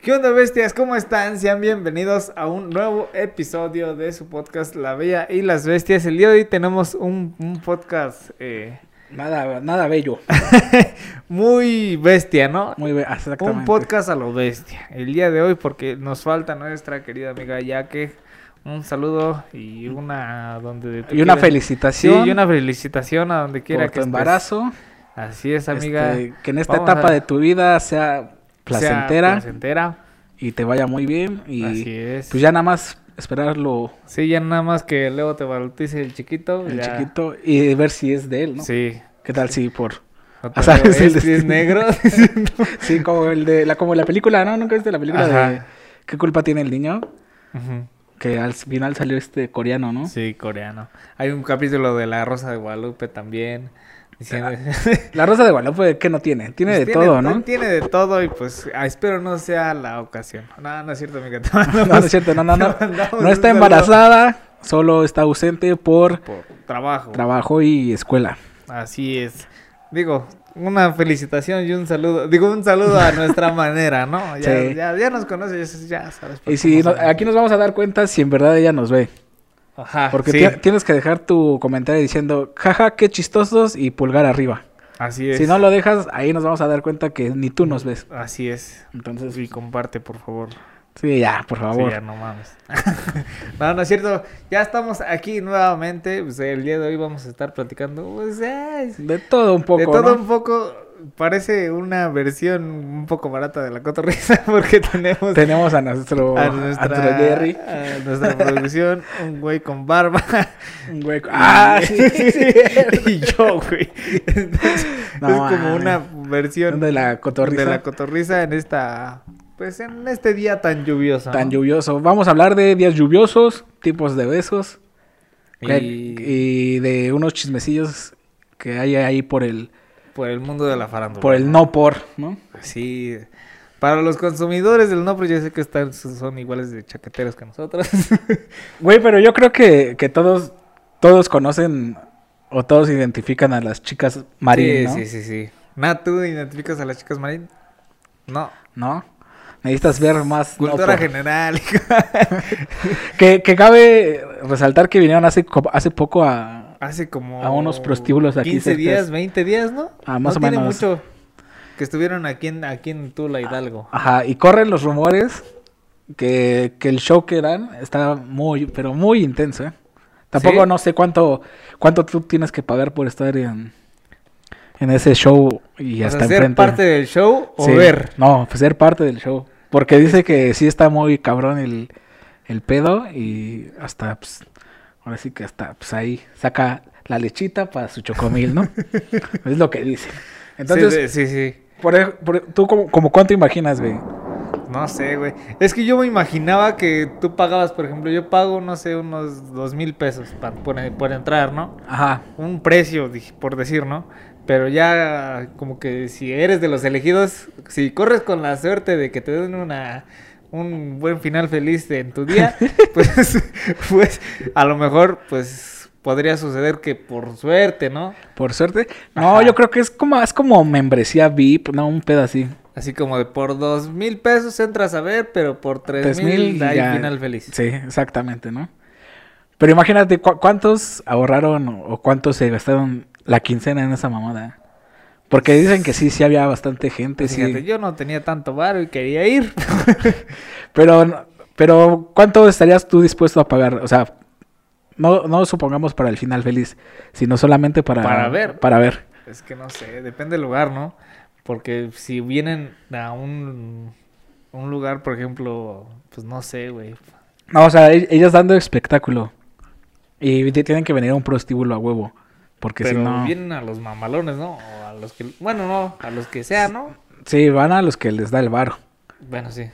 ¿Qué onda bestias? ¿Cómo están? Sean bienvenidos a un nuevo episodio de su podcast La Bella y las Bestias. El día de hoy tenemos un, un podcast eh, Nada, nada bello. muy bestia, ¿no? Muy bello, exactamente. Un podcast a lo bestia. El día de hoy porque nos falta nuestra querida amiga Yaque. Un saludo y una donde tú Mm. Y quieras. una Sí, felicitación y una felicitación a donde quiera por que tu estés. embarazo. Así es, amiga. Este, que en esta Vamos a- etapa de tu vida sea placentera sea placentera. y te vaya muy bien. Y Así es. pues ya nada más esperar lo Sí, ya nada más que luego te bautice el chiquito. el ya. chiquito y ver si es de él, ¿no? Sí. ¿Qué tal si por No O sea, te lo es el ves, si es destino. negro. Sí, como el de la como la película, ¿no? Nunca viste la película de Ajá. ¿Qué culpa tiene el niño? Ujú. Que al final salió este coreano, ¿no? Sí, coreano. Hay un capítulo de La Rosa de Guadalupe también. Diciendo... La Rosa de Guadalupe que no tiene, Ah, tiene Pues de todo, ¿no? Tiene de todo y pues ah, espero no sea la ocasión. No, no es cierto, amiga. No, no es cierto, no, no, no. Te mandamos No un está saludo embarazada, solo está ausente por Por trabajo. trabajo y escuela. Así es. Digo, una felicitación y un saludo. Digo, un saludo a nuestra manera, ¿no? Ya, Sí. ya, ya nos conoces, ya sabes. por Y qué si nos no- hablas. aquí nos vamos a dar cuenta si en verdad ella nos ve. Ajá, Porque Ah, sí, ti- tienes que dejar tu comentario diciendo, jaja, qué chistosos y pulgar arriba. Así es. Si no lo dejas, ahí nos vamos a dar cuenta que ni tú nos ves. Así es. Entonces, Y comparte, por favor. sí, ya, por Sí, favor. ya no mames. no, no es cierto. Ya estamos aquí nuevamente. Pues, el día de hoy vamos a estar platicando. pues, ay, De todo un poco. de todo ¿no? un poco. Parece una versión un poco barata de la cotorriza porque tenemos Tenemos a nuestro, a a nuestra, nuestro Jerry. a nuestra producción, un güey con barba. Un güey- Ah, sí, sí. y yo, güey. Entonces, No es como mames. una versión De la cotorriza. de la cotorriza en esta. Pues en este día tan lluvioso. Tan ¿no? lluvioso. Vamos a hablar de días lluviosos, tipos de besos y... Y de unos chismecillos que hay ahí por el, por el mundo de la farándula. por el no por, ¿no? Sí. Para los consumidores del no, pues yo sé que están, son iguales de chaqueteros que nosotros. Güey, pero yo creo que, que todos, todos conocen o todos identifican a las chicas sí, marín, ¿no? sí, sí, sí. Nat, ¿tú identificas a las chicas marín? No. ¿No? pues. Necesitas ver más. no Cultura por. general. que, que cabe resaltar que vinieron hace, co- hace poco a... Hace como... A unos prostíbulos aquí 15 cerca. días, 20 días, ¿no? Ah, más No o tiene menos. mucho que estuvieron aquí en, aquí en Tula Hidalgo. Ajá, y corren los rumores que, que el show que dan está muy, pero muy intenso, ¿eh? Tampoco ¿Sí? no sé cuánto, cuánto tú tienes que pagar por estar en, en ese show y o hasta sea, ser enfrente. parte del show o Sí, ver. No, pues, ser parte del show. Porque dice que sí está muy cabrón el, el pedo y hasta, pues, ahora sí que hasta, pues ahí saca la lechita para su chocomil, ¿no? es lo que dice. Entonces, Sí, de- sí, sí. por, ej- por- tú como, como cuánto imaginas, güey. No sé, güey. Es que yo me imaginaba que tú pagabas, por ejemplo, yo pago, no sé, unos dos mil pesos pa- por, por entrar, ¿no? Ajá. Un precio, dij- por decir, ¿no? Pero ya, como que si eres de los elegidos, si corres con la suerte de que te den una un buen final feliz en tu día, pues, pues a lo mejor, pues podría suceder que por suerte, ¿no? Por suerte. No, Ajá. yo creo que es como, es como membresía VIP, no, un pedo así. Así como de por dos mil pesos entras a ver, pero por tres mil y hay ya- final feliz. Sí, exactamente, ¿no? Pero imagínate, ¿cu- ¿cuántos ahorraron o, o cuántos se gastaron la quincena en esa mamada? Porque dicen que sí, sí había bastante gente, Pues fíjate, sí. yo no tenía tanto varo y quería ir. Pero, no- pero, ¿cuánto estarías tú dispuesto a pagar? O sea, no, no supongamos para el final feliz, sino solamente para... Para ver. Para ver. es que no sé, depende del lugar, ¿no? Porque si vienen a un, un lugar, por ejemplo, pues no sé, güey. No, o sea, e- ellas dando espectáculo. Y te- tienen que venir a un prostíbulo a huevo. Porque Pero si no... vienen a los mamalones, ¿no? O a los que, bueno, no, a los que sea, ¿no? Sí, van a los que les da el varo. Bueno, sí.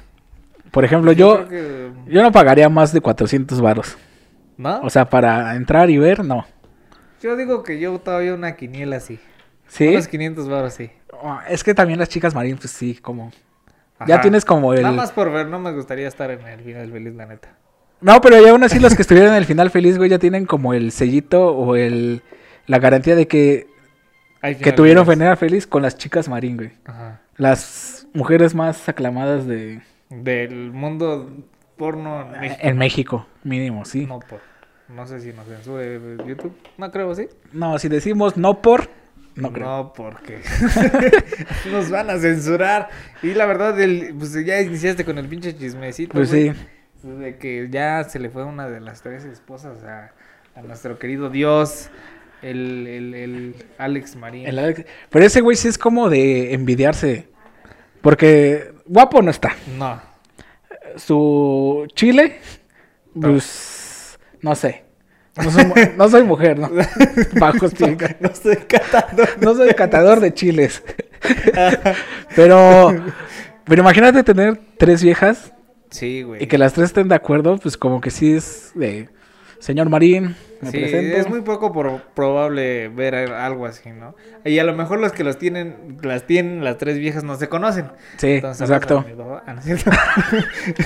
Por ejemplo, yo... Pues creo que- ¿Ah? Yo no pagaría más de 400 varos. ¿No? O sea, para entrar y ver, no. yo digo que yo todavía una quiniela así. ¿Sí? Unos 500 baros así. Ah, Es que también las chicas marín, pues sí, como... Ya Ajá. tienes como el... Nada más por ver, no me gustaría estar en el final feliz, la neta. No, pero ya aún así los que estuvieron en el final feliz, güey, ya tienen como el sellito o el... La garantía de que, Hay que final tuvieron feliz. final feliz con las chicas marín, güey. Ajá. Las mujeres más aclamadas de, del mundo porno en México. En México, mínimo, sí. No por. No sé si nos censure YouTube. No creo, ¿sí? No, si decimos no por, no creo. No, porque nos van a censurar. Y la verdad, el- pues ya iniciaste con el pinche chismecito. Pues güey, sí. De que ya se le fue una de las tres esposas a, a nuestro querido Dios, el, el, el Alex Marín. El Alex- Pero ese güey sí es como de envidiarse. Porque guapo no está. No. Su chile, pues, no sé. No soy, mu- no soy mujer, ¿no? Para justificar. No estoy catando. No soy catador de chiles. Pero, pero imagínate tener tres viejas Sí, güey. y que las tres estén de acuerdo, pues como que sí es de... Señor Marín, me Sí, presento. es muy poco pro- probable ver a- algo así, ¿no? Y a lo mejor los que los tienen, las tienen, las tres viejas no se conocen. Sí, saludos exacto. a mi papá. Ah, no es cierto.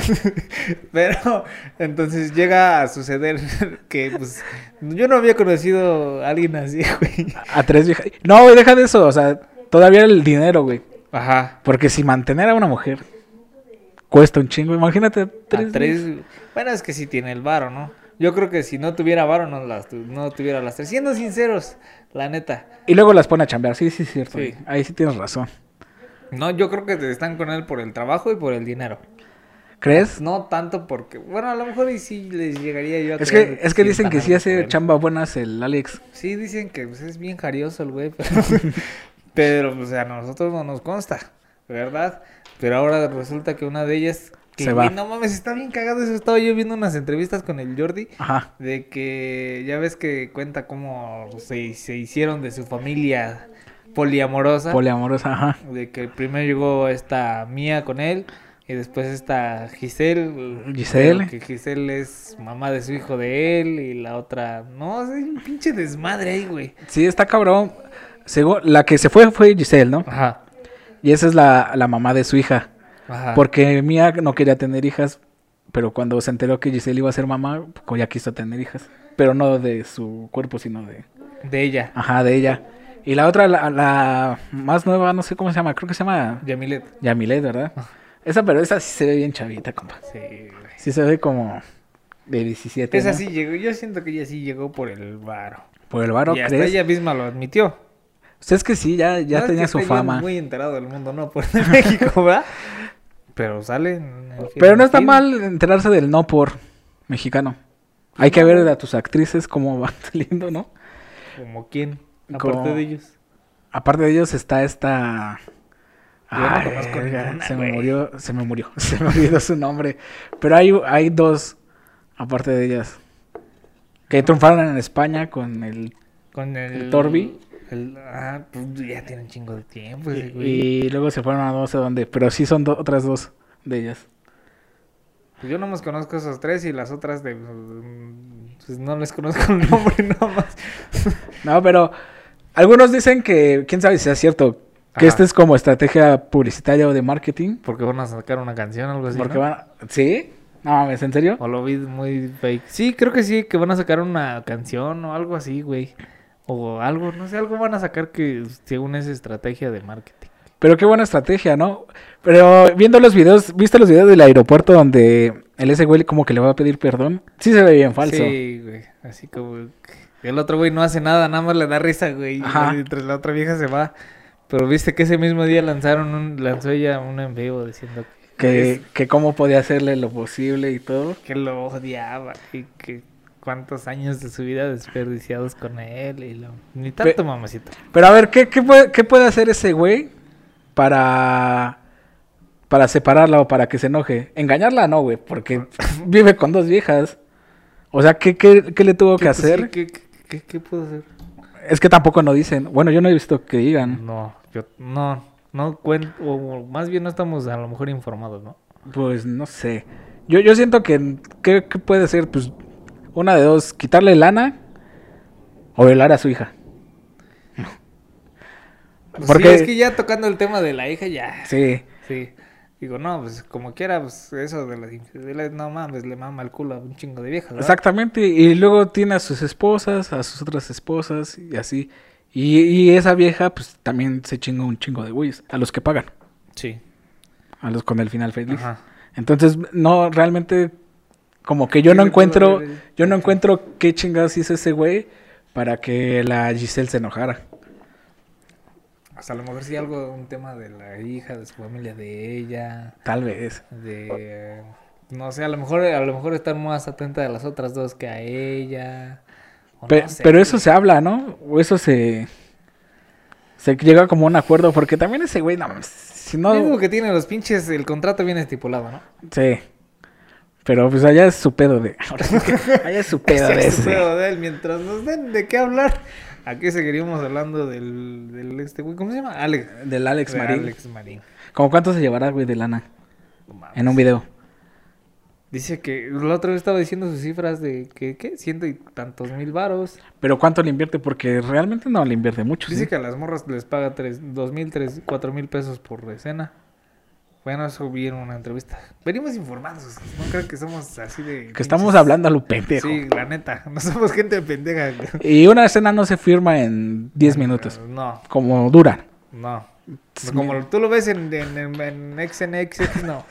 Pero entonces llega a suceder que pues yo no había conocido a alguien así, güey. A tres viejas. No, güey, deja de eso. O sea, todavía el dinero, güey. Ajá. Porque si mantener a una mujer cuesta un chingo, imagínate. Tres, Tres, tres. Bueno, es que sí tiene el varo, ¿no? Yo creo que si no tuviera varo no las tu- no tuviera las tres. Siendo sinceros, la neta. Y luego las pone a chambear. Sí, sí, es cierto. Sí. güey. Ahí sí tienes razón. No, yo creo que están con él por el trabajo y por el dinero. ¿Crees? No tanto porque, bueno, a lo mejor y sí les llegaría yo a Es creer que, es que dicen están que sí algo hace por él. chamba buenas el Alex. Sí, dicen que pues, es bien jarioso el güey, pero, pero pues, a nosotros no nos consta, ¿verdad? Pero ahora resulta que una de ellas... Que, Se va. güey, No mames, está bien cagado eso. Estaba yo viendo unas entrevistas con el Jordi Ajá. de que ya ves que cuenta cómo se, se hicieron de su familia poliamorosa. Poliamorosa, ajá. de que primero llegó esta Mía con él y después esta Giselle. eh, Giselle. pero Que Giselle es mamá de su hijo de él y la otra. No, es un pinche desmadre ahí, güey. Sí, está cabrón. Según, la que se fue fue Giselle, ¿no? Ajá. Y esa es la, la mamá de su hija. Ah. Ajá. Porque Mía no quería tener hijas, pero cuando se enteró que Giselle iba a ser mamá, pues, ya quiso tener hijas. Pero no de su cuerpo, sino de... De ella, Ajá, de ella. Y la otra, la, la más nueva, no sé cómo se llama, creo que se llama Yamilet. Yamilet, ¿verdad? Ah. Esa, pero esa sí se ve bien chavita, compa. Sí, güey. Sí se ve como de 17. Esa ¿no? sí llegó. Yo siento que ella sí llegó por el varo. Por el varo, y hasta ¿crees? ella misma lo admitió. O sea, es que sí, ya, ya No es tenía que su esté yo fama. Muy enterado del mundo, no por de México, ¿verdad? Pero sale. en el Pero no está film. mal enterarse del no por mexicano. Hay que ver a tus actrices cómo van saliendo, ¿no? Como quién, aparte Como- de ellos. Aparte de ellos está esta. Yo no Ay, conozco verga, ninguna, se me güey. murió, se me murió, se me olvidó su nombre. Pero hay, hay dos, aparte de ellas, que triunfaron en España con el. Con el, ¿El Torbi? el- ah, pues ya tiene un chingo de tiempo ese Y, güey. y luego se fueron a no sé dónde, pero sí son do- otras dos de ellas. Pues yo nomás conozco esos tres y las otras de. mm, Pues no les conozco el nombre nomás. No, pero algunos dicen que, quién sabe si es cierto, Ajá. que esta este es como estrategia publicitaria o de marketing. Porque van a sacar una canción o algo así. porque ¿no? van. ¿Sí? No mames, ¿en serio? O lo vi muy fake. Sí, creo que sí, que van a sacar una canción o algo así, güey. O algo, no sé, algo van a sacar que según es estrategia de marketing. Pero qué buena estrategia, ¿no? Pero viendo los videos, ¿viste los videos del aeropuerto donde el ese güey como que le va a pedir perdón? Sí se ve bien falso. Sí, güey. Así como. que El otro güey no hace nada, nada más le da risa, güey. Ajá. Y mientras la otra vieja se va. Pero viste que ese mismo día lanzaron un, lanzó ella un en vivo diciendo que, Que, que cómo podía hacerle lo posible y todo. que lo odiaba y que cuántos años de su vida desperdiciados con él y lo... Ni tanto, Pe- mamacita. Pero a ver, ¿qué, qué puede, qué puede hacer ese güey para, para separarla o para que se enoje? Engañarla no, güey, porque vive con dos viejas. O sea, ¿qué, qué, qué le tuvo que ¿Qué- pues, hacer? sí, ¿Qué, qué, qué- qué puedo hacer? Es que tampoco no dicen. Bueno, yo no he visto que digan. No, yo... No, no cuento... O más bien no estamos a lo mejor informados, ¿no? Pues no sé. Yo, yo siento que, que, que puede ser, pues, una de dos, quitarle lana o violar a su hija. Pues Porque- sí, es que ya tocando el tema de la hija ya... Sí. Sí. Digo, no, pues como quiera, pues eso de las infidelidades, no mames, le mama el culo a un chingo de viejas. ¿verdad? Exactamente. Y luego tiene a sus esposas, a sus otras esposas y así. Y, y esa vieja, pues, también se chinga un chingo de güeyes. A los que pagan. Sí. A los con el final feliz. Ajá. Entonces, no, realmente, como que yo no Sí, encuentro, como de- yo no encuentro qué chingados hizo ese güey para que la Giselle se enojara. Hasta a lo mejor sí algo, un tema de la hija, de su familia, de ella, Tal vez. de... No sé, a lo mejor, a lo mejor estar más atenta a las otras dos que a ella. o Pe- no sé, Pero eso se habla, ¿no? O eso se... Se llega como a un acuerdo, porque también ese güey, no, mames, si no... Mismo que tiene los pinches, el contrato bien estipulado, ¿no? Sí. Pero pues allá es su pedo de. Ahora sí que allá es su pedo Ese de es su ese. pedo de él. Mientras nos den de qué hablar, aquí seguiríamos hablando del, del este güey, ¿cómo se llama? Alex. Del Alex de Marín. Alex Marín. ¿Cómo cuánto se llevará, güey, de lana? No mames. En un video. Dice que la otra vez estaba diciendo sus cifras de que, ¿qué? Ciento y tantos mil varos. Pero cuánto le invierte, porque realmente no le invierte mucho. Dice ¿sí? que a las morras les paga tres, dos mil, tres, cuatro mil pesos por escena. Bueno, eso vi en una entrevista. Venimos informados, no creo que somos así de... Que estamos pinches- hablando a lo pendejo. Sí, la neta, no somos gente pendeja. Y una escena no se firma en 10 minutos. No, Como dura. no. Sí. Como tú lo ves en, en, en, en XNX, no.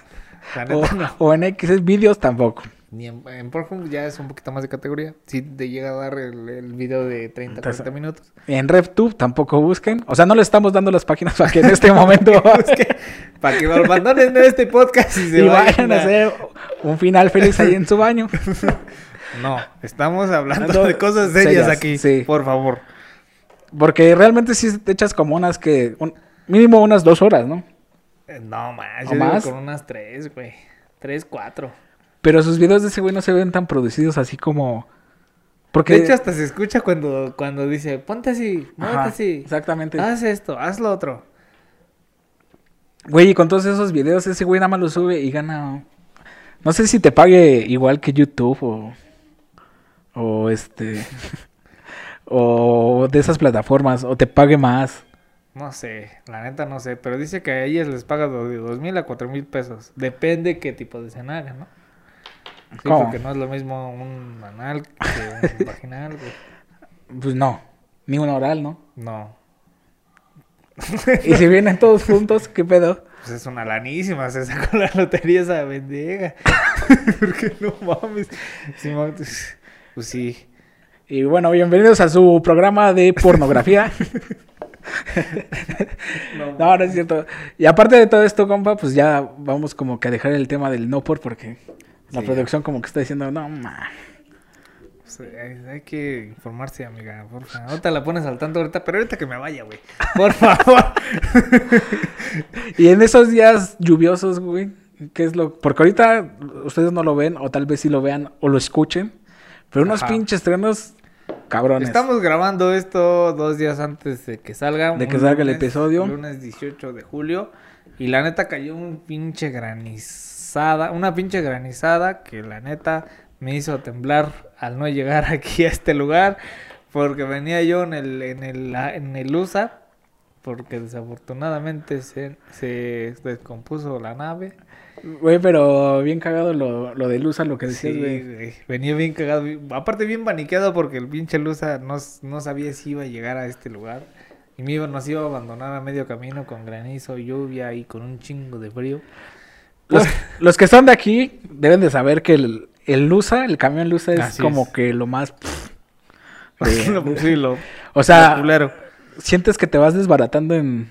La O, neta, no. o en X videos tampoco. Ni en, en Pornhub ya es un poquito más de categoría. Si te llega a dar el, el video de 30, Entonces- 40 minutos. En RevTube tampoco busquen. O sea, no le estamos dando las páginas para que en este momento Para que lo abandonen de este podcast y se y vayan a hacer hacer un final feliz ahí en su baño. No, estamos hablando Hablando de cosas serias, serias, aquí. sí. Por favor. Porque realmente sí te echas como unas que... un- mínimo unas dos horas, ¿no? Eh, No más, ¿No yo digo más? con unas tres, güey. Tres, cuatro. Pero sus videos de ese güey no se ven tan producidos así como... Porque... De hecho, hasta se escucha cuando, cuando dice, ponte así, Ajá, muévete así. Exactamente. Haz esto, haz lo otro. Güey, y con todos esos videos ese güey nada más los sube y gana... No sé si te pague igual que YouTube o... O este... o de esas plataformas, o te pague más. No sé, la neta no sé, pero dice que a ellas les paga do- de dos mil a cuatro mil pesos. Depende qué tipo de escena hagan, ¿no? Sí, ¿Cómo? porque no es lo mismo un anal que un vaginal, güey. Pues no, ni un oral, ¿no? No, Y si vienen todos juntos, ¿qué pedo? Pues es una lanísima, se sacó la lotería esa bendiga. Porque no mames. Sí, ma- pues, pues sí. Y bueno, bienvenidos a su programa de pornografía. No, No, no es cierto. Y aparte de todo esto, compa, pues ya vamos como que a dejar el tema del no por porque la Sí, producción como que está diciendo, no, ma. pues, hay, hay que informarse, amiga, porfa. No te la pones al tanto ahorita, pero ahorita que me vaya, güey. Por favor. Y en esos días lluviosos, güey, ¿qué es lo? Porque ahorita ustedes no lo ven o tal vez sí lo vean o lo escuchen, pero unos Ajá. pinches trenos cabrones. Estamos grabando esto dos días antes de que salga. De que un salga el episodio. Lunes 18 de julio. Y la neta cayó un pinche granizada. Una pinche granizada que la neta me hizo temblar al no llegar aquí a este lugar. Porque venía yo en el, en el, ah, en el USA. Porque desafortunadamente se, se descompuso la nave. Güey, pero bien cagado lo, lo de Lusa, lo que decías, Sí, güey. güey, Venía bien cagado. bien- Aparte, bien paniqueado porque el pinche Lusa no, s- no sabía si iba a llegar a este lugar. Y me iba, nos iba a abandonar a medio camino con granizo, lluvia y con un chingo de frío. Los, los que son de aquí deben de saber que el, el Lusa, el camión Lusa es Así como es. que lo más... pff, de- Lo- sí, lo- o sea, lo culero. sientes que te vas desbaratando en...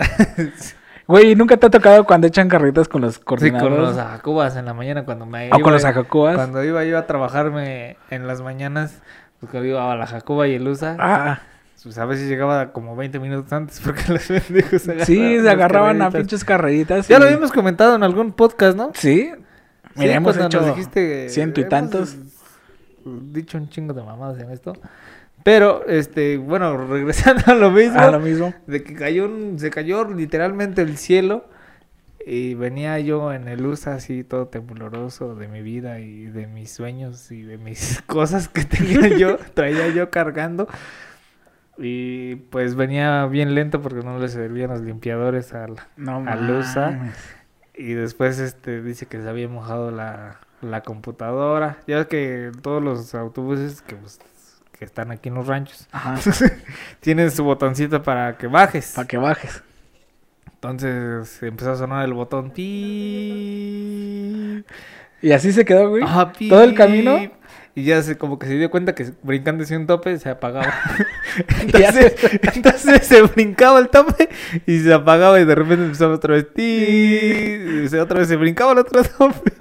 Güey, ¿nunca te ha tocado cuando echan carretas con los Sí, con coordinadores? los ajacobas en la mañana cuando me o con los iba- ajacobas. Cuando iba yo a trabajarme en las mañanas, porque iba a la Jacoba y el Lusa, Ah, pues a veces llegaba como 20 minutos antes porque los pendejos sí, se las agarraban a carreritas. pinches carreritas. Ya y- lo habíamos comentado en algún podcast, ¿no? Sí. Mira, Sí, hemos cuando hecho nos dijiste, ciento y hemos tantos. Dicho un chingo de mamadas en esto. Pero, este, bueno, regresando a lo mismo. a lo mismo. De que cayó un- se cayó literalmente el cielo. Y venía yo en el USA así todo tembloroso de mi vida y de mis sueños y de mis cosas que tenía yo, traía yo cargando. Y pues venía bien lento porque no le servían los limpiadores al, No a Lusa. mames. y después este dice que se había mojado la, la computadora. Ya ves que todos los autobuses que, pues, que están aquí en los ranchos Ajá. tienen su botoncito para que bajes. Para que bajes. Entonces empezó a sonar el botón. pi Y así se quedó, güey. Ajá, Ah, pi. Todo el camino. Y ya se, como que se dio cuenta que brincando hacia un tope se apagaba. Y ya se- entonces, entonces se brincaba el tope y se apagaba y de repente empezaba otra vez. ti, y se- otra vez se brincaba el otro tope.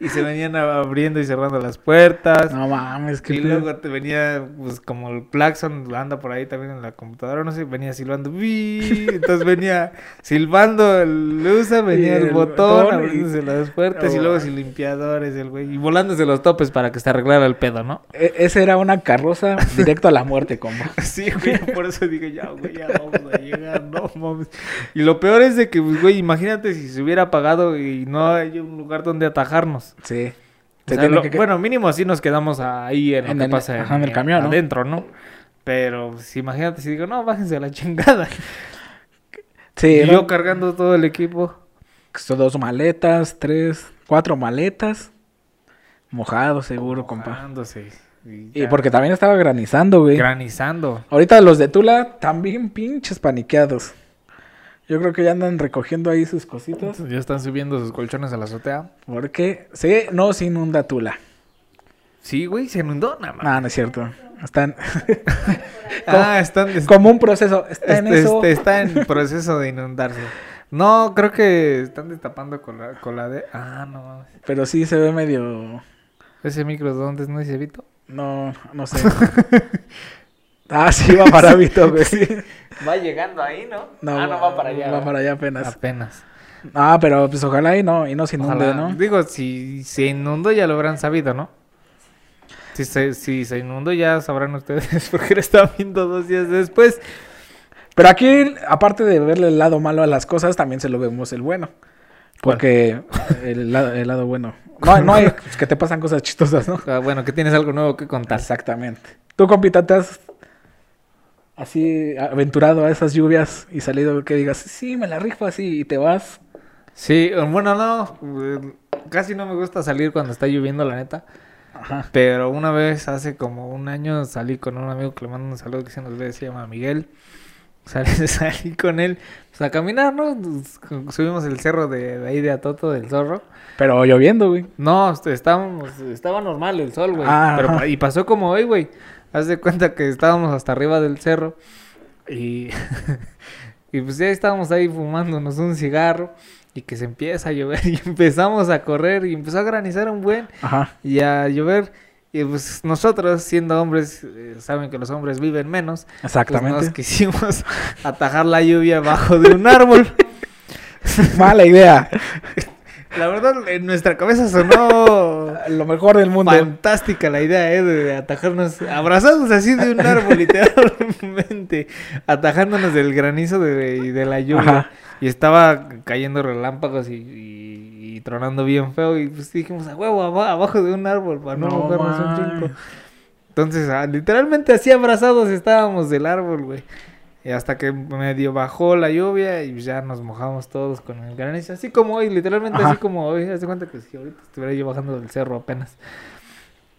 y se venían abriendo y cerrando las puertas. No mames, qué Y pedo. luego te venía, pues como el Plaxon anda por ahí también en la computadora, no sé, venía silbando. ¡bii! Entonces venía silbando el usa, venía Y el, el botón, botón, abriéndose las puertas Oh, y luego wow. sin limpiadores, el güey. Y volándose los topes para que se arreglara el pedo, ¿no? E- esa era una carroza directo a la muerte, compa. Sí, güey, por eso dije, ya, güey, ya vamos a llegar, no mames. Y lo peor es de que, pues, güey, imagínate si se hubiera apagado y no hay un lugar donde atajarnos. O Sí. Se sea, tiene lo- que- que- Bueno, mínimo así nos quedamos ahí en lo En que el- pasa ajá, en el camión, ¿no? adentro, ¿no? Pero pues, imagínate si digo, no, bájense a la chingada. sí, y eran yo cargando todo el equipo. son dos maletas, tres, cuatro maletas. Mojado, seguro, compa. mojándose, Y, Y Oh, ah, ya, porque también estaba granizando, güey. Granizando. Ahorita los de Tula también pinches paniqueados. Yo creo que ya andan recogiendo ahí sus cositas. Ya están subiendo sus colchones a la azotea. Porque sí, no se inunda Tula. Sí, güey, se inundó nada más. No, no es cierto. Están Ah, están... est- como un proceso. Está en este- eso. este- está en proceso de inundarse. No, creo que están destapando con la, de... Ah, no mames. Pero sí se ve medio. Ese micro, ¿dónde es? ¿No dice Vito? No, no sé. ah, sí, va para Vito, güey. Va llegando ahí, ¿no? Va para allá apenas. Apenas. Ah, pero pues ojalá y no, y no se inunde, Ojalá. ¿no? Digo, si se inundó ya lo habrán sabido, ¿no? Si se, si se inundó ya sabrán ustedes porque lo están viendo dos días después. Pero aquí, aparte de verle el lado malo a las cosas, también se lo vemos el bueno. ¿Cuál? Porque el lado, el lado bueno. No, no hay pues, que te pasan cosas chistosas, ¿no? Ah, bueno, que tienes algo nuevo que contar. Exactamente. Tú, compita, te has así aventurado a esas lluvias y salido que digas, sí, me la rifo así y te vas. Sí, bueno, no, eh, casi no me gusta salir cuando está lloviendo, la neta. Ajá. Pero una vez, hace como un año, salí con un amigo que le mando un saludo que se nos ve, se llama Miguel. Salí, salí con él pues, a caminar, ¿no? Subimos el cerro de, de ahí de Atoto, del zorro. Pero lloviendo, güey. No, este, estábamos, estaba normal el sol, güey. Ah, pero, ajá. pa- y pasó como hoy, güey. Haz de cuenta que estábamos hasta arriba del cerro y, y pues ya estábamos ahí fumándonos un cigarro y que se empieza a llover y empezamos a correr y empezó a granizar un buen Ajá. y a llover. Y pues nosotros, siendo hombres, eh, saben que los hombres viven menos. pues, Exactamente. nos quisimos atajar la lluvia bajo de un árbol. Mala idea. La verdad, en nuestra cabeza sonó Lo mejor del mundo. Fantástica la idea, ¿eh? De atajarnos, abrazados así de un árbol, literalmente, atajándonos del granizo de, y de la lluvia. Ajá. Y estaba cayendo relámpagos y, y- y tronando bien feo. Y pues dijimos, a huevo, aba- abajo de un árbol para no, No mojarnos un mames. chingo. Entonces, ah, literalmente así abrazados estábamos del árbol, güey. Y hasta que medio bajó la lluvia y ya nos mojamos todos con el granizo. Así como hoy, literalmente Ajá. así como hoy. Haz de cuenta que si ahorita estuviera yo bajando del cerro apenas.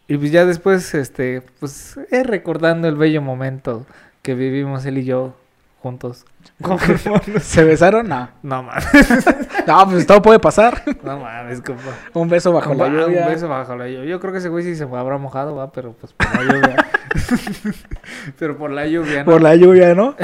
Y pues ya después, este, pues es recordando el bello momento que vivimos él y yo juntos. como hermanos. ¿Se besaron? No. No mames, No, pues todo puede pasar. no mames, compa. ah, Un beso bajo la Va, lluvia. Un beso bajo la lluvia. Yo creo que ese güey sí se habrá mojado, va, pero pues por la lluvia. pero por la lluvia, ¿no? Por la lluvia, ¿no?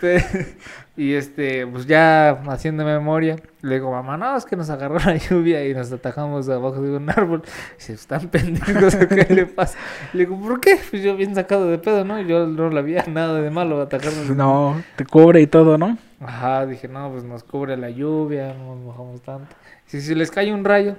Este, y este, pues ya haciendo memoria, le digo, mamá, no, es que nos agarró la lluvia y nos atajamos abajo de un árbol. Dice, están pendejos, ¿qué le pasa? Le digo, ¿por qué? Pues yo bien sacado de pedo, ¿no? Yo no le había nada de malo atajarnos. No, te cubre y todo, ¿no? Ajá, dije, no, pues nos cubre la lluvia, no nos mojamos tanto. Si, si les cae un rayo,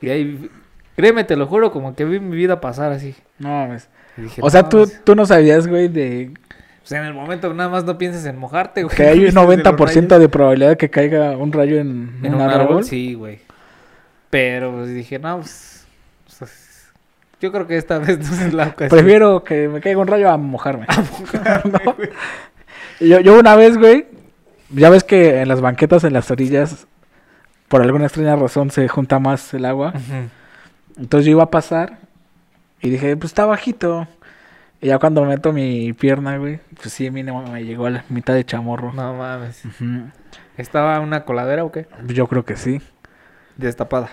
y ahí, créeme, te lo juro, como que vi mi vida pasar así. No mames. Y dije, O sea, no, tú, tú no sabías, güey, de Pues en el momento nada más no pienses en mojarte, güey. que hay un Pienses en los 90% de probabilidad de que caiga un rayo en, ¿En un, árbol. Sí, güey. Pero pues, dije, no, pues, pues, Yo creo que esta vez no es la ocasión. Prefiero que me caiga un rayo a mojarme. ¿No? Y yo, yo una vez, güey, ya ves que en las banquetas, en las orillas, por alguna extraña razón se junta más el agua. Ujú. Entonces yo iba a pasar y dije, pues está bajito. Y ya cuando meto mi pierna, güey, pues sí, mínimo me llegó a la mitad de chamorro. No mames. Ujú. ¿Estaba una coladera o qué? Yo creo que sí. Destapada.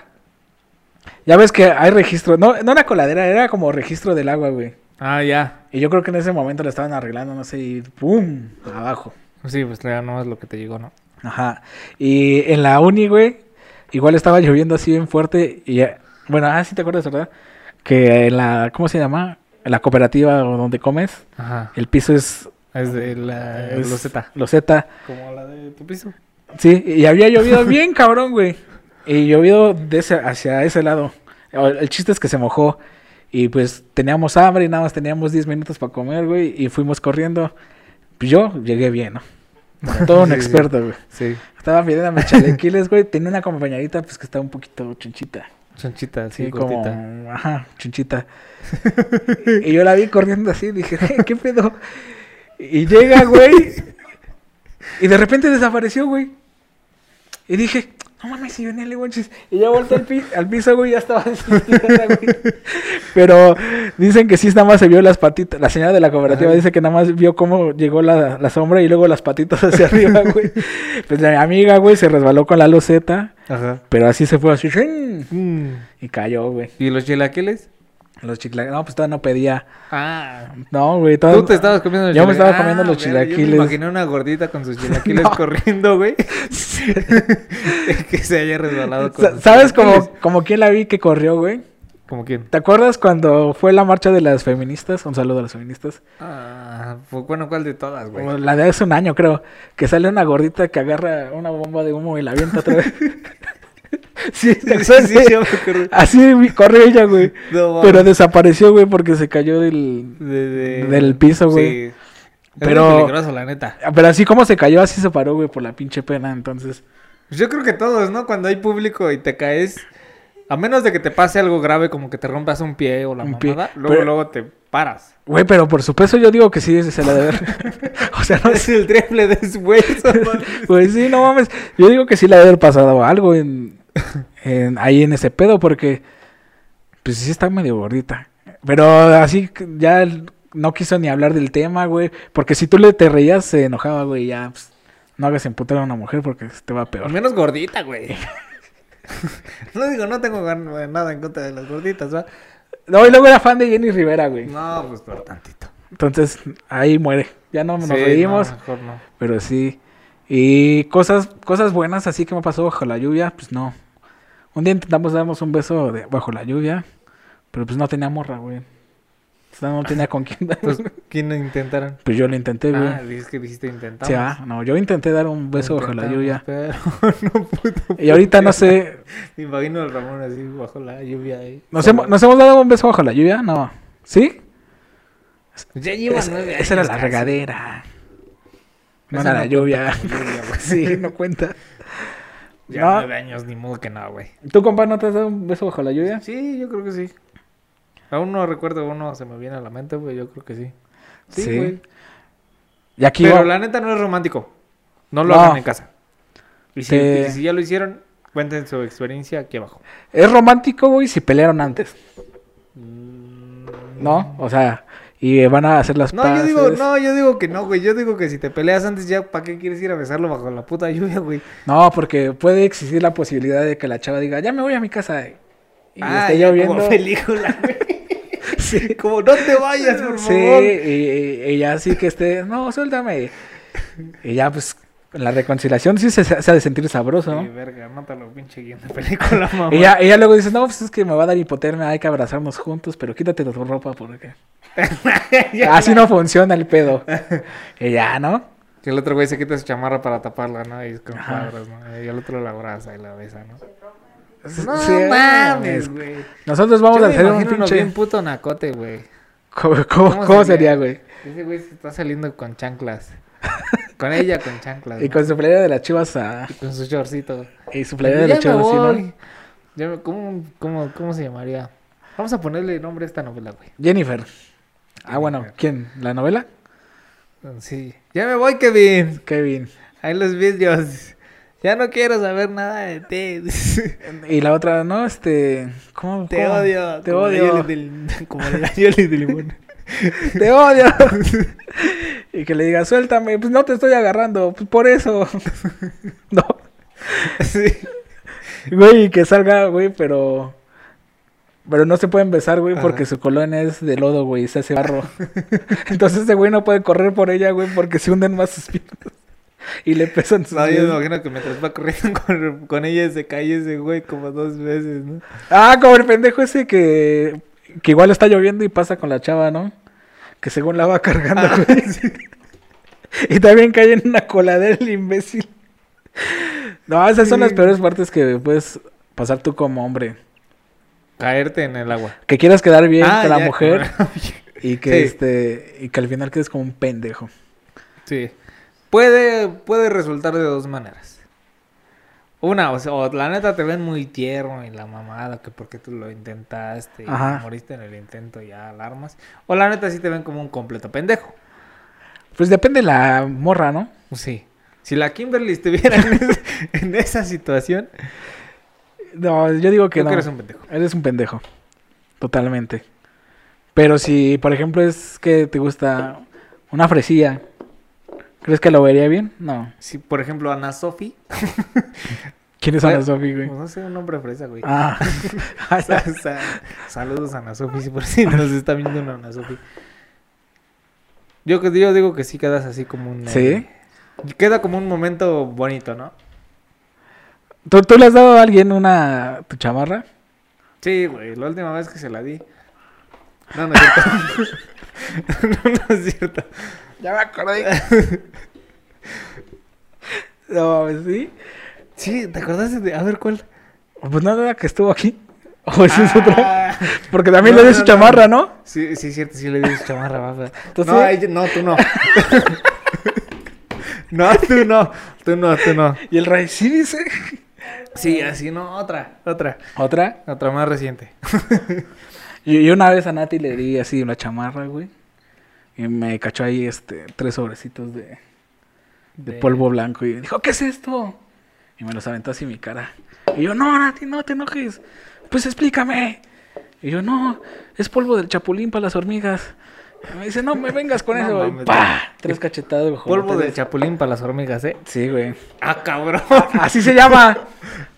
Ya ves que hay registro, no, no era coladera, era como registro del agua, güey. Ah, ya. Y yo creo que en ese momento lo estaban arreglando, no sé, y ¡pum! Abajo. Sí, pues ya no es lo que te llegó, ¿no? Ajá. Y en la uni, güey, igual estaba lloviendo así bien fuerte. Y eh, bueno, ah, sí te acuerdas, ¿verdad? Que en la, ¿cómo se llama? En la cooperativa o donde comes, Ajá. el piso es Es de la Es- loseta. loseta. Como la de tu piso. Sí, y había llovido bien cabrón, güey. Y llovido de ese, hacia ese lado. O- El chiste es que se mojó. Y pues teníamos hambre y nada más teníamos 10 minutos para comer, güey. Y fuimos corriendo. Pues yo llegué bien, ¿no? Todo un Sí, sí. experto, güey. Sí. Estaba pidiendo mis chalequiles, güey. Tenía una compañerita, pues que estaba un poquito chonchita. Chanchita, Sí, sí, como. cortita. Ajá, chonchita. y yo la vi corriendo así. Dije, "Eh, ¿qué pedo? Y llega, güey. y de repente desapareció, güey. Y dije, no mames, si venía el guanches. Y ya volteé al, pi- al piso, güey. Ya estaba así, tirada, güey. Pero dicen que sí, nada más se vio las patitas. La señora de la cooperativa Ajá. dice que nada más vio cómo llegó la, la sombra y luego las patitas hacia arriba, güey. Pues la amiga, güey, se resbaló con la loseta, Ajá. pero así se fue así. ¡shin! Mm. Y cayó, güey. ¿Y los chilaquiles? Los chilaquiles. No, pues todavía no pedía. Ah. No, güey. Todavía... Tú te estabas comiendo los Yo me estaba chilaquiles. Ah, comiendo los verga, Yo chilaquiles. me imaginé una gordita con sus chilaquiles No. corriendo, güey. que se haya resbalado con Sa- los ¿Sabes como, chilaquiles. como quién la vi que corrió, güey? ¿Como quién? ¿Te acuerdas cuando fue la marcha de las feministas? Un saludo a las feministas. Ah, pues, bueno, ¿cuál de todas, güey? Como la de hace un año, creo. Que sale una gordita que agarra una bomba de humo y la avienta otra vez. sí, ¿te Sí, acuerdas? sí, ya me acordé. Así vi- corrió ella, güey. No, Pero mames. desapareció, güey, porque se cayó del... De- de- del piso, güey. Sí. Pero- Es muy peligroso, la neta. ah, Pero así como se cayó, así se paró, güey, por la pinche pena. Entonces, Pues Yo creo que todos, ¿no? Cuando hay público y te caes, a menos de que te pase algo grave, como que te rompas un pie o la Un pie. mamada, luego, Pero- luego te paras. Güey, pero por su peso yo digo que sí se la debe. o sea, no Es el triple de su hueso, man. Pues sí, no mames. Yo digo que sí le debe haber pasado algo en, en- ahí en ese pedo, porque pues sí está medio gordita. Pero así que ya el- no quiso ni hablar del tema, güey. Porque si tú le te reías, se enojaba, güey. Ya, pues, no hagas emputar a una mujer porque te va Al peor. menos gordita, güey. No digo, no tengo gan- eh, nada en contra de las gorditas, ¿va? No, y luego era fan de Jenny Rivera, güey. No, pues por tantito. Entonces, ahí muere. Ya no nos Sí, reímos. no, mejor no. Pero sí. Y cosas, cosas buenas así que me pasó bajo la lluvia, pues no. Un día intentamos darnos un beso de- bajo la lluvia, pero pues no tenía morra, güey. O sea, no Ah. tenía con quién dar. Pues, Entonces, ¿quién lo intentaron? yo lo intenté, güey. Ah, dices que dijiste intentamos. Sí, ah, pues, no, yo intenté dar un beso bajo la Intentamos, lluvia. Pero no puto. Y ahorita no sé, Me imagino al Ramón así bajo la lluvia ahí. nos hemos, nos hemos dado un beso bajo la lluvia, no. ¿Sí? Ya lleva Es- nueve esa era años la casi. regadera. No Esa era la no lluvia. cuenta como lluvia, güey. sí, no cuenta. Ya No. nueve años, ni modo que no, güey. ¿Tú, compa, no te has dado un beso bajo la lluvia? Sí, yo creo que sí. Aún no recuerdo uno, se me viene a la mente, güey. Yo creo que sí. Sí. Sí, güey. Y aquí Pero va- la neta no es romántico. No lo No. hagan en casa. Y si, Te- y si ya lo hicieron, cuenten su experiencia aquí abajo. Es romántico, güey, si pelearon antes, ¿no? O sea, y eh, van a hacer las Mm. No, yo paces. digo, no, yo digo que no, güey. Yo digo que si te peleas antes ya, ¿para qué quieres ir a besarlo bajo la puta lluvia, güey? No, porque puede existir la posibilidad de que la chava diga, ya me voy a mi casa. Y Ah, esté ya lloviendo. Como película, güey. Como no te vayas, por Sí, favor. y, y ya sí que esté, no, suéltame. Y ya, pues, la reconciliación sí se, se ha de sentir sabroso, Sí, ¿no? verga, anótalo, pinche guión de película, mamá. Y ya, y ya luego dices, no, pues es que me va a dar hipotermia, hay que abrazarnos juntos, pero quítate tu ropa porque... Ya. Así no funciona el pedo. y ya, ¿no? Que el otro güey se quita su chamarra para taparla, ¿no? Y es con Ajá. cuadros, ¿no? Y el otro la abraza y la besa, ¿no? No Pues mames. güey. Nosotros vamos a hacer un pinche... bien puto nacote, güey. ¿Cómo, cómo- ¿Cómo cómo sería? sería, güey? Ese güey se está saliendo con chanclas. con ella con chanclas. Y ¿no? con su playera de las chivas ah, Y con su shortcito. Y su playera de Ya las me chivas, ¿sí, no? voy. Ya me- ¿cómo, cómo, cómo se llamaría? Vamos a ponerle nombre a esta novela, güey. Jennifer. Ah, bueno, ¿quién? ¿La novela? Sí. Ya me voy, Kevin. Kevin. Ahí los vídeos. Ya no quiero saber nada de ti. Y la otra, no, este. ¿Cómo? Te cómo? odio. Te como la odio. Yoli del- como la Yoli de limón. te odio. y que le diga, suéltame, pues no te estoy agarrando, pues por eso. no. Sí. Güey, que salga, güey, pero. Pero no se pueden besar, güey, porque Ajá. su colonia es de lodo, güey, y se hace barro. Entonces ese güey no puede correr por ella, güey, porque se hunden más sus piernas. Y le pesan sus No, yo me pies. imagino que mientras va corriendo con, con ella se cae ese güey como dos veces, ¿no? Ah, como el pendejo ese que, que igual está lloviendo y pasa con la chava, ¿no? Que según la va cargando, Ah. güey. Y también cae en una coladera el imbécil. No, esas son las Sí. peores partes que puedes pasar tú como hombre. Caerte en el agua. Que quieras quedar bien Ah, con la ya, mujer con- y que Sí. este y que al final quedes como un pendejo. Sí. Puede, puede resultar de dos maneras. Una, o, sea, o la neta te ven muy tierno y la mamada, que porque tú lo intentaste y Ajá. moriste en el intento y ya alarmas. O la neta sí te ven como un completo pendejo. Pues depende la morra, ¿no? Sí. Si la Kimberly estuviera en, es- en esa situación, No, yo digo creo que no. que eres un pendejo. Eres un pendejo. Totalmente. Pero si, por ejemplo, es que te gusta una fresilla, ¿crees que lo vería bien? No. Si, por ejemplo, Ana Sofi, ¿Quién es Bueno, Ana Sofi, güey? no sé, un nombre fresa, güey. Ah. O sea, o sea, saludos a Ana Sofi, si por si nos está viendo una Ana Sofi. Yo, que- yo digo que sí quedas así como un... ¿Sí? eh, queda como un momento bonito, ¿no? ¿Tú, tú le has dado a alguien una tu chamarra? Sí, güey, la última vez que se la di. No, no es cierto. no, no es cierto. Ya me acordé. no, pues sí. Sí, ¿te acordaste de...? A ver, ¿cuál? Pues no era la que estuvo aquí. O esa es otra. Ah, Porque también no, le di no, su no. chamarra, ¿no? Sí, sí, es cierto, sí le di su chamarra, baja. Entonces- No, ella- no, tú no. no, tú no, tú no, tú no. Y el rey sí dice. Sí, así, no, otra, otra. Otra. Otra más reciente. Y y una vez a Nati le di así una chamarra, güey. Y me cachó ahí este tres sobrecitos de, de polvo blanco. Y dijo, ¿qué es esto? Y me los aventó así en mi cara. Y yo, no, Nati, no te enojes. Pues explícame. Y yo, no, es polvo del chapulín para las hormigas. Y me dice, no me vengas con No eso. güey. mames. ¡Pah! Tres cachetadas de Polvo del del chapulín para las hormigas, ¿eh? Sí, güey. Ah, cabrón. Así se llama.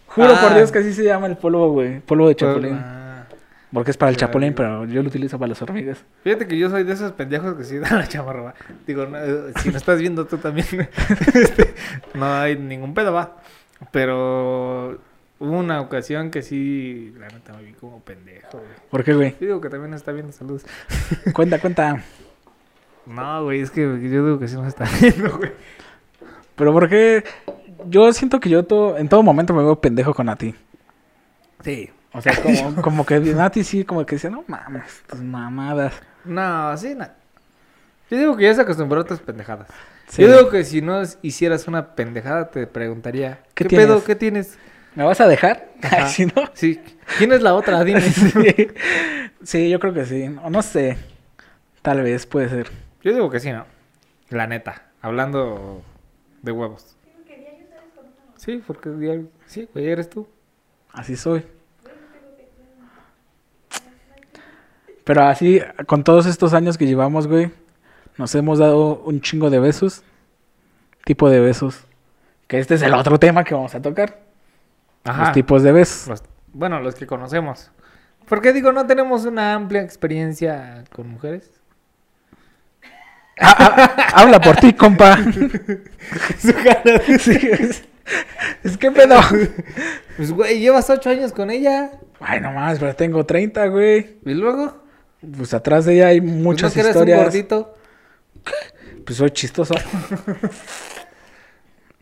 Juro por Ah. Dios que así se llama el polvo, güey. Polvo de chapulín. Ah. Porque es para el Qué chapulín, barbaridad. pero yo lo utilizo para las hormigas. Fíjate que yo soy de esos pendejos que sí dan la chamarra. va. Digo, no, eh, si lo estás viendo tú también, este, no hay ningún pedo, va. Pero hubo una ocasión que sí, la neta me vi como pendejo, güey. ¿Por qué, güey? Yo digo que también está viendo saludos. Cuenta, cuenta. No, güey, es que yo digo que sí nos está viendo, güey. Pero ¿por qué? Yo siento que yo to- en todo momento me veo pendejo con Nati. Sí. O sea, como, como que Nati sí, como que decía, no mames, tus mamadas. No, sí, no. Yo digo que ya se acostumbró a tus pendejadas. Sí. Yo digo que si no hicieras una pendejada, te preguntaría: ¿Qué, ¿Qué tienes? pedo? ¿Qué tienes? ¿Me vas a dejar? Ajá. Si no. Sí. ¿Quién es la otra? Dime. sí. Sí, yo creo que sí. O no sé. Tal vez, puede ser. Yo digo que sí, ¿no? La neta. Hablando de huevos. Sí, porque diario- Sí, güey, eres tú. Así soy. Pero así, con todos estos años que llevamos, güey, nos hemos dado un chingo de besos. Tipo de besos. Que este es el otro tema que vamos a tocar. Los tipos de besos. Los- bueno, los que conocemos. Porque digo, no tenemos una amplia experiencia con mujeres. Ah, ah, habla por ti, compa. Sí, es, es que pedo. Pues, güey, llevas ocho años con ella. Ay, no mames, pero tengo 30, güey. Y luego, Pues atrás de ella hay pues, muchas ¿no que eres un historias. gordito. Pues soy chistoso.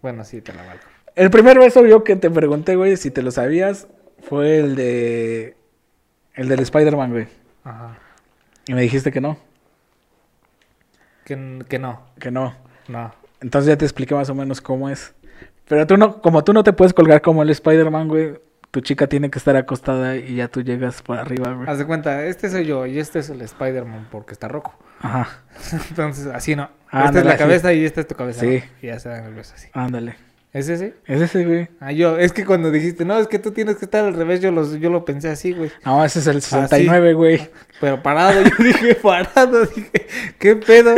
Bueno, sí, te la valgo. El primer beso yo que te pregunté, güey, si te lo sabías, fue el de. El del Spider-Man, güey. Ajá. Y me dijiste que no, Que, n- que no, que no. no. Entonces ya te expliqué más o menos cómo es. Pero tú no, como tú no te puedes colgar como el Spider-Man, güey, tu chica tiene que estar acostada y ya tú llegas para arriba, güey. Haz de cuenta, este soy yo y este es el Spider-Man porque está roco. Ajá, Entonces, así no. esta Ah, es ándale, la así. cabeza y esta es tu cabeza. Sí. ¿no? Y ya se dan el beso así. ándale. ¿Es ese? Es ese, güey. Ah, yo, es que cuando dijiste, no, es que tú tienes que estar al revés, yo, los, yo lo pensé así, güey. No, ese Ah, es el 69, güey. Pero parado, yo dije, parado, dije, ¿qué pedo?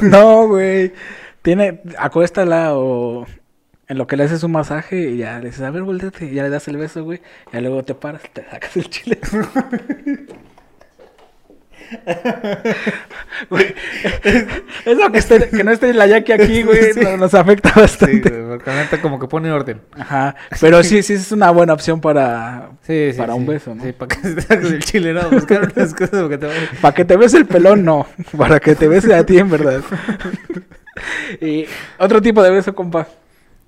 No, güey. Tiene, acuéstala o en lo que le haces un masaje y ya le dices, a ver, volteate, ya le das el beso, güey. Ya luego te paras, te sacas el chile. Güey, eso que, esté- que no esté la Jackie aquí, güey, Sí. no- nos afecta Sí, bastante. güey, porque la neta como que pone orden. Ajá, pero sí, sí es una buena opción para, Sí, sí. para un sí. beso, ¿no? Sí, para que te saques el chile, ¿no? Buscar unas cosas porque te va a... Para que te bese el pelón, no. Para que te bese a ti, en verdad. y otro tipo de beso, compa.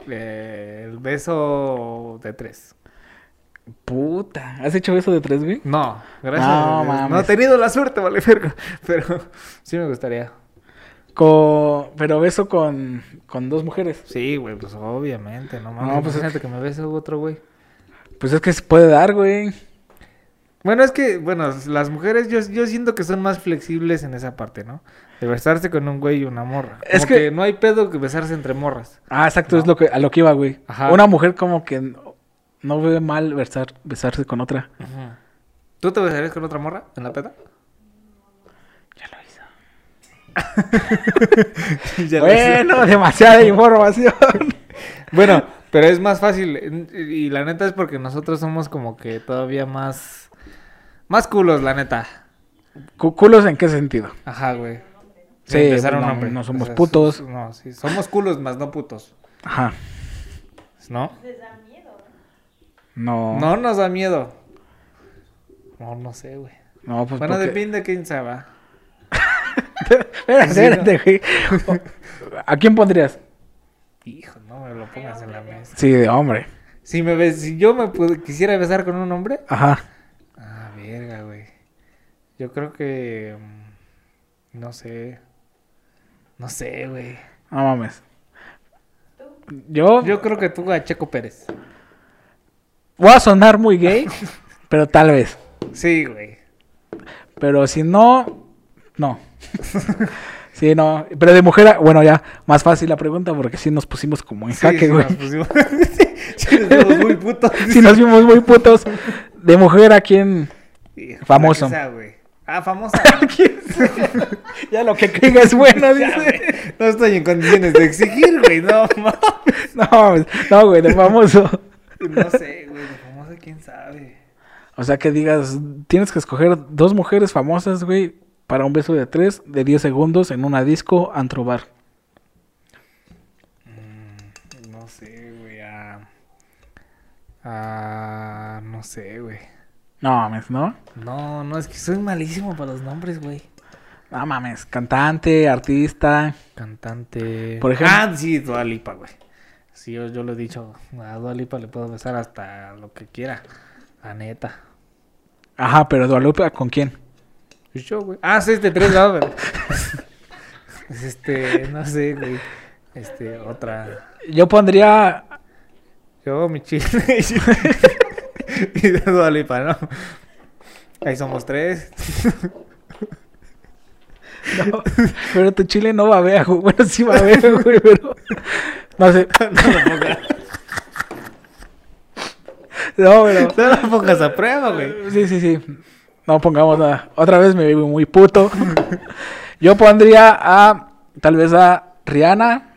Eh, el beso de tres. Puta, ¿has hecho beso de tres, güey? No, gracias. No, a Dios. mames. no he tenido la suerte, vale, verga. Pero sí me gustaría. Co- Pero beso con, con dos mujeres. Sí, güey, pues obviamente, no mames. No, pues, es imagínate que me bese otro, güey. Pues es que se puede dar, güey. Bueno, es que, bueno, las mujeres yo, yo siento que son más flexibles en esa parte, ¿no? De besarse con un güey y una morra. Como Es es que- que... no hay pedo que besarse entre morras. Ah, exacto, es lo que, a lo que iba, güey. Ajá. Una mujer como que no, no ve mal besar, besarse con otra. ¿Tú te besarías con otra morra en la peda? Ya lo hizo. Ya lo hice. Bueno, demasiada información. Bueno, pero es más fácil. n- Y la neta es porque nosotros somos como que todavía más. Más culos, la neta. Cu- ¿Culos en qué sentido? Ajá, güey. Sí, Sin besar a un no, hombre. no O somos sea, putos. so- No, sí. Somos culos más no putos. Ajá. ¿No? No. No, No nos da miedo. No, no sé, güey. pues bueno, porque- depende de quién se va. Espérate, Sí, ¿no? espérate, güey. ¿A quién pondrías? Hijo, no me lo pongas en la mesa. Sí, de hombre. Si me ves, si yo me pude- quisiera besar con un hombre. Ajá. Ah, verga, güey. Yo creo que. mm, No sé. No sé, güey. No mames. Yo, Yo creo que tú a Checo Pérez. voy a sonar muy gay, pero tal vez. Sí, güey. Pero si no, no. sí, no. Pero de mujer, a- bueno, ya, más fácil la pregunta porque sí nos pusimos como en Sí, jaque, sí, güey. nos pusimos- sí, sí, nos vimos muy putos. Sí, nos vimos muy putos. De mujer a quién. Hijo, Famoso. la que sea, güey. Ah, famosa. Ya lo que caiga es Ya, bueno, dice. güey. no estoy en condiciones de exigir, güey. No, mames. No, mames, no, güey, de famoso. No sé, güey. de Famosa, quién sabe. O sea, que digas, tienes que escoger dos mujeres famosas, güey, para un beso de tres, de 10 segundos, en una disco, antro bar. Mm, No sé, güey. Ah, ah, no sé, güey. No mames, ¿no? No, no, es que soy malísimo para los nombres, güey. No mames, cantante, artista. Cantante. Por ejemplo- Ah, sí, Dua Lipa, güey. Sí, yo, yo lo he dicho. A Dua Lipa le puedo besar hasta lo que quiera. La neta. Ajá, pero Dualupa, ¿con quién? Y yo, güey. Ah, sí, este tres lados, güey. Es este, no sé, güey. Este, otra. Yo pondría Yo, mi chile. y de Dua Lipa, ¿no? Ahí somos tres. No, pero tu chile no babea, güey. Bueno, sí babea, güey, pero... No sé. No, pero... No la pongas a prueba, güey. Sí, sí, sí. No pongamos nada. Otra vez me vivo muy puto. Yo pondría a... Tal vez a Rihanna.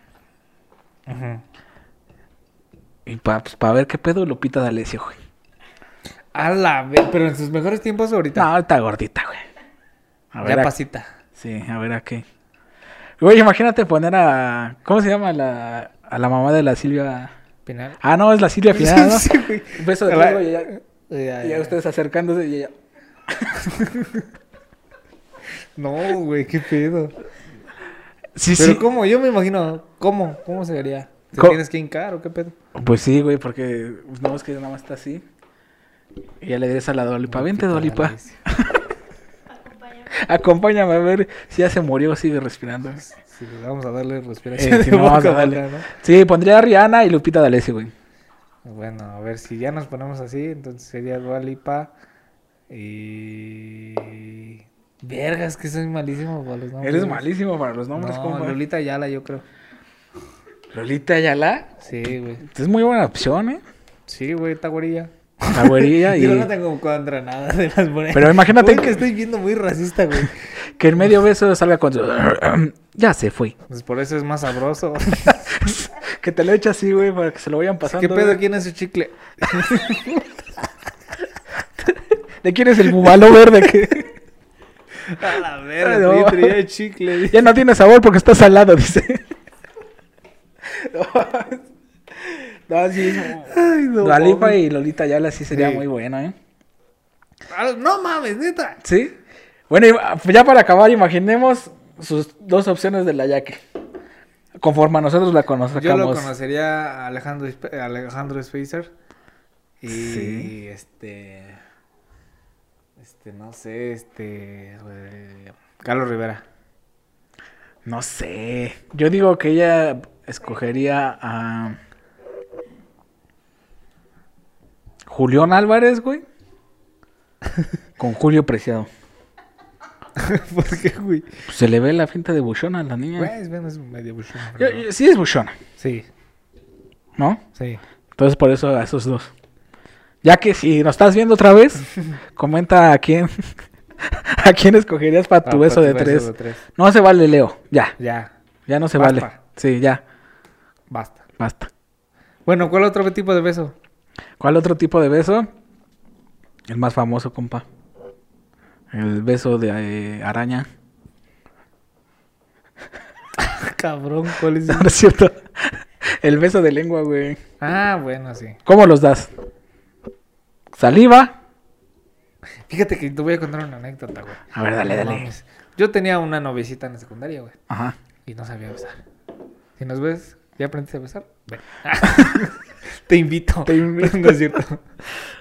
Y para ver qué pedo Lupita D'Alessio, güey. A la ve- pero en sus mejores tiempos ahorita. No, está gordita, güey. A ver ya a- pasita. Sí, a ver a qué. Güey, imagínate poner a... ¿Cómo se llama la... A la mamá de la Silvia... Penal. Ah, no, es la Silvia Pinal, ¿no? Sí, güey. Un beso de A la- tres, güey, ya- Ya, Y ya ya. ustedes acercándose y ella. No, güey, qué pedo. Sí, Pero sí. cómo, yo me imagino, ¿cómo? ¿Cómo se haría? ¿Te Co- tienes que hincar o qué pedo? Pues sí, güey, porque pues, no es que nada más está así. Y ya le dices a la Dolipa, vente Dolipa, acompáñame a ver si ya se murió o sigue respirando. Sí, vamos a darle respiración. Eh, si de no, vamos boca a a darle. boca, Sí, pondría a Rihanna y Lupita D'Alessio, güey. ¿no? Bueno, a ver, si ya nos ponemos así, entonces sería Dua Lipa y... Vergas, que soy malísimo para los nombres. Eres malísimo para los nombres, No, compa. Lolita Yala, yo creo. Lolita Ayala. Sí, güey. Es muy buena opción, ¿eh? Sí, güey, está güerilla. La güerilla y... Yo no tengo contra nada de las morenas. Pero imagínate Güey, que- que estoy viendo muy racista, güey. Que en medio beso salga con su... ya se fue. Pues por eso es más sabroso. Que te lo eche así, güey, para que se lo vayan ¿Qué pasando. pedo? güey. ¿Quién es su chicle? ¿De quién es el bubalo verde? Que A la Ay, verga, no. sí, traía chicle. ya no tiene sabor porque está salado, dice. no, sí. Ay, no, Dualipa mames. y Lolita Yala sí sería Sí. muy buena, ¿eh? Ah, No mames, neta. Sí. Bueno, y ah, ya para acabar, imaginemos sus dos opciones de la yaque. Conforme a nosotros la conozcamos. Pues Yo lo conocería a Alejandro, Sp- Alejandro Spacer. Y Sí. este. Este, no sé, este. eh, Carlos Rivera. No sé. Yo digo que ella escogería a. Julián Álvarez, güey. Con Julio Preciado. ¿Por qué, güey? Pues se le ve la finta de buchona a la niña. Güey, es bueno, es medio buchón. Yo- pero- yo- sí es buchona, Sí, ¿no? sí. Entonces por eso a esos dos. Ya que si nos estás viendo otra vez, comenta a quién. ¿A quién escogerías para tu Ah, beso para de tu tres? de tres. No se vale, Leo. Ya, Ya, ya no se Basta. vale. Sí, ya, basta. basta. Bueno, ¿cuál otro tipo de beso? ¿Cuál otro tipo de beso? El más famoso, compa. El beso de eh, araña. Ah, Cabrón, ¿cuál es? No, no es cierto. El beso de lengua, güey. ah, bueno, sí. ¿Cómo los das? ¿Saliva? Fíjate que te voy a contar una anécdota, güey. A ver, dale, No dale. mames. Yo tenía una novicita en la secundaria, güey. Ajá. Y no sabía besar. Si nos ves, ¿ya aprendiste a besar? Ven. te invito. Te invito. No es cierto.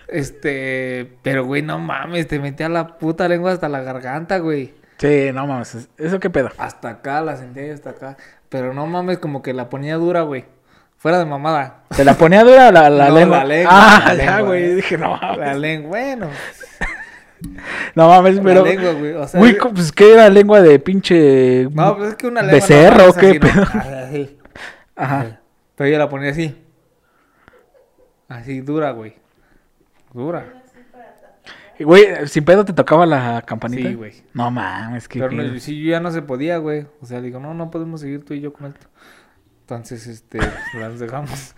Este, pero güey, no mames, te metí a la puta lengua hasta la garganta, güey. Sí, no mames. es- ¿Eso qué pedo? Hasta acá, la sentía yo hasta acá. Pero no mames, como que la ponía dura, güey. Fuera de mamada. ¿Te la ponía dura la, la No, lengua? la lengua, Ah, la ya, lengua, güey. eh. Dije, no La mames. lengua, bueno. No mames, pero. la lengua, güey. O sea, Güey, co- pues qué era lengua de pinche. no, pues es que una lengua. Becerro, no, ¿qué pedo? pedo? Ajá. Pero yo la ponía así. Así dura, güey. Dura. Güey, sin pedo te tocaba la campanita. Sí, güey. No mames, qué Pero no, pedo. sí, yo ya no se podía, güey. O sea, digo, no, no podemos seguir tú y yo con esto. Entonces, este, las dejamos.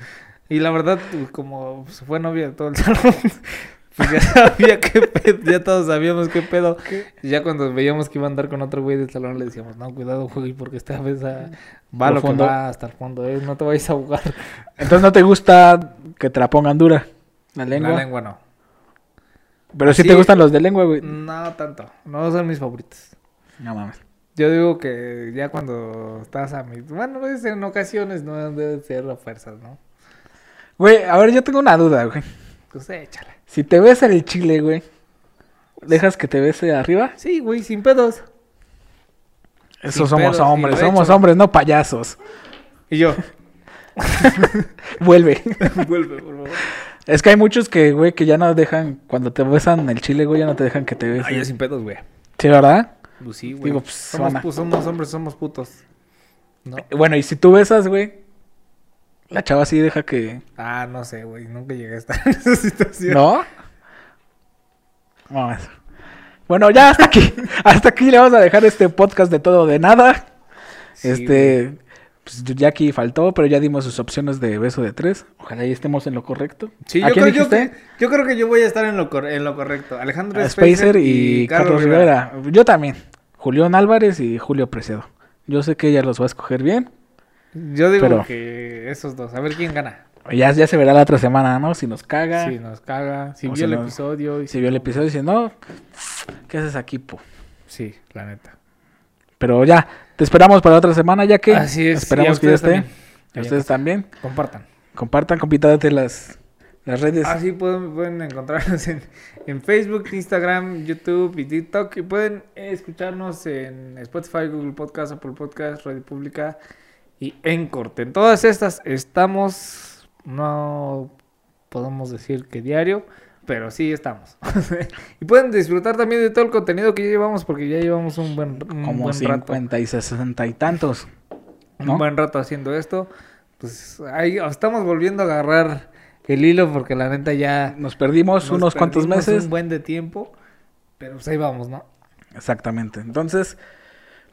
Y la verdad, pues, como se fue novia de todo el salón, pues ya sabía qué pedo, ya todos sabíamos qué pedo. Y ya cuando veíamos que iba a andar con otro güey del salón, le decíamos, no, cuidado, güey, porque esta vez ah, va lo, que Profundo. va hasta el fondo, eh, no te vayas a ahogar. Entonces no te gusta que te la pongan dura. La lengua. La lengua no. Pero sí, Así- te gustan los de lengua, güey. No tanto, no son mis favoritos. No mames. Yo digo que ya cuando estás a mi... Bueno, pues en ocasiones no debe ser a fuerzas, ¿no? Güey, a ver, yo tengo una duda, güey. Pues échala. Si te besa el chile, güey, ¿dejas que te bese arriba? Sí, güey, sin pedos. Eso Sin somos pedos, sin hombres, pecho. somos hombres, no payasos. Y yo, Vuelve. vuelve, por favor. es que hay muchos que, güey, que ya no dejan, cuando te besan el chile, güey, ya no te dejan que te Ah, yo besen. sin pedos, güey. Sí, ¿verdad? Pues sí, Digo, güey. pues, Somos, suena. pu- somos hombres, somos putos. ¿No? Bueno, y si tú besas, güey, la chava sí deja que... Ah, no sé, güey. Nunca llegué a estar en esa situación. ¿No? Vamos. Bueno, ya hasta aquí. Hasta aquí le vamos a dejar este podcast de todo o de nada. Sí, este, pues ya aquí faltó, pero ya dimos sus opciones de beso de tres. Ojalá y estemos en lo correcto. Sí, ¿A yo quién creo, yo, dijiste? que, yo creo que yo voy a estar en lo, cor- en lo correcto. Alejandro A Spacer y, Carlos Rivera. Yo también. Julián Álvarez y Julio Precedo. Yo sé que ella los va a escoger bien. Yo digo Pero- que esos dos. A ver quién gana. Ya, ya se verá la otra semana, ¿no? Si nos caga. Si nos caga, si O vio si el no- episodio. Y... Si vio el episodio y dice, no, ¿qué haces aquí, po? Sí, la neta. Pero ya, te esperamos para otra semana, ya que Así es, y a esperamos que ya ustedes esté. también. A Ustedes también. Compartan. Compartan, compitadate las, las redes. Así pueden, pueden encontrarnos en, en Facebook, Instagram, YouTube y TikTok. Y pueden escucharnos en Spotify, Google Podcast, Apple Podcast, Radio Pública y Encorte. En todas estas estamos, no podemos decir que diario, pero sí estamos. y pueden disfrutar también de todo el contenido que ya llevamos, porque ya llevamos un buen, un como buen rato. 50 y 60 y tantos. ¿no? Un buen rato haciendo esto. pues ahí estamos volviendo a agarrar el hilo porque la neta ya Nos perdimos nos unos cuantos perdimos meses. un buen de tiempo, pero pues ahí vamos, ¿no? Exactamente. Entonces,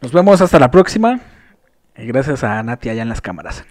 nos vemos hasta la próxima. Y gracias a Nati allá en las cámaras.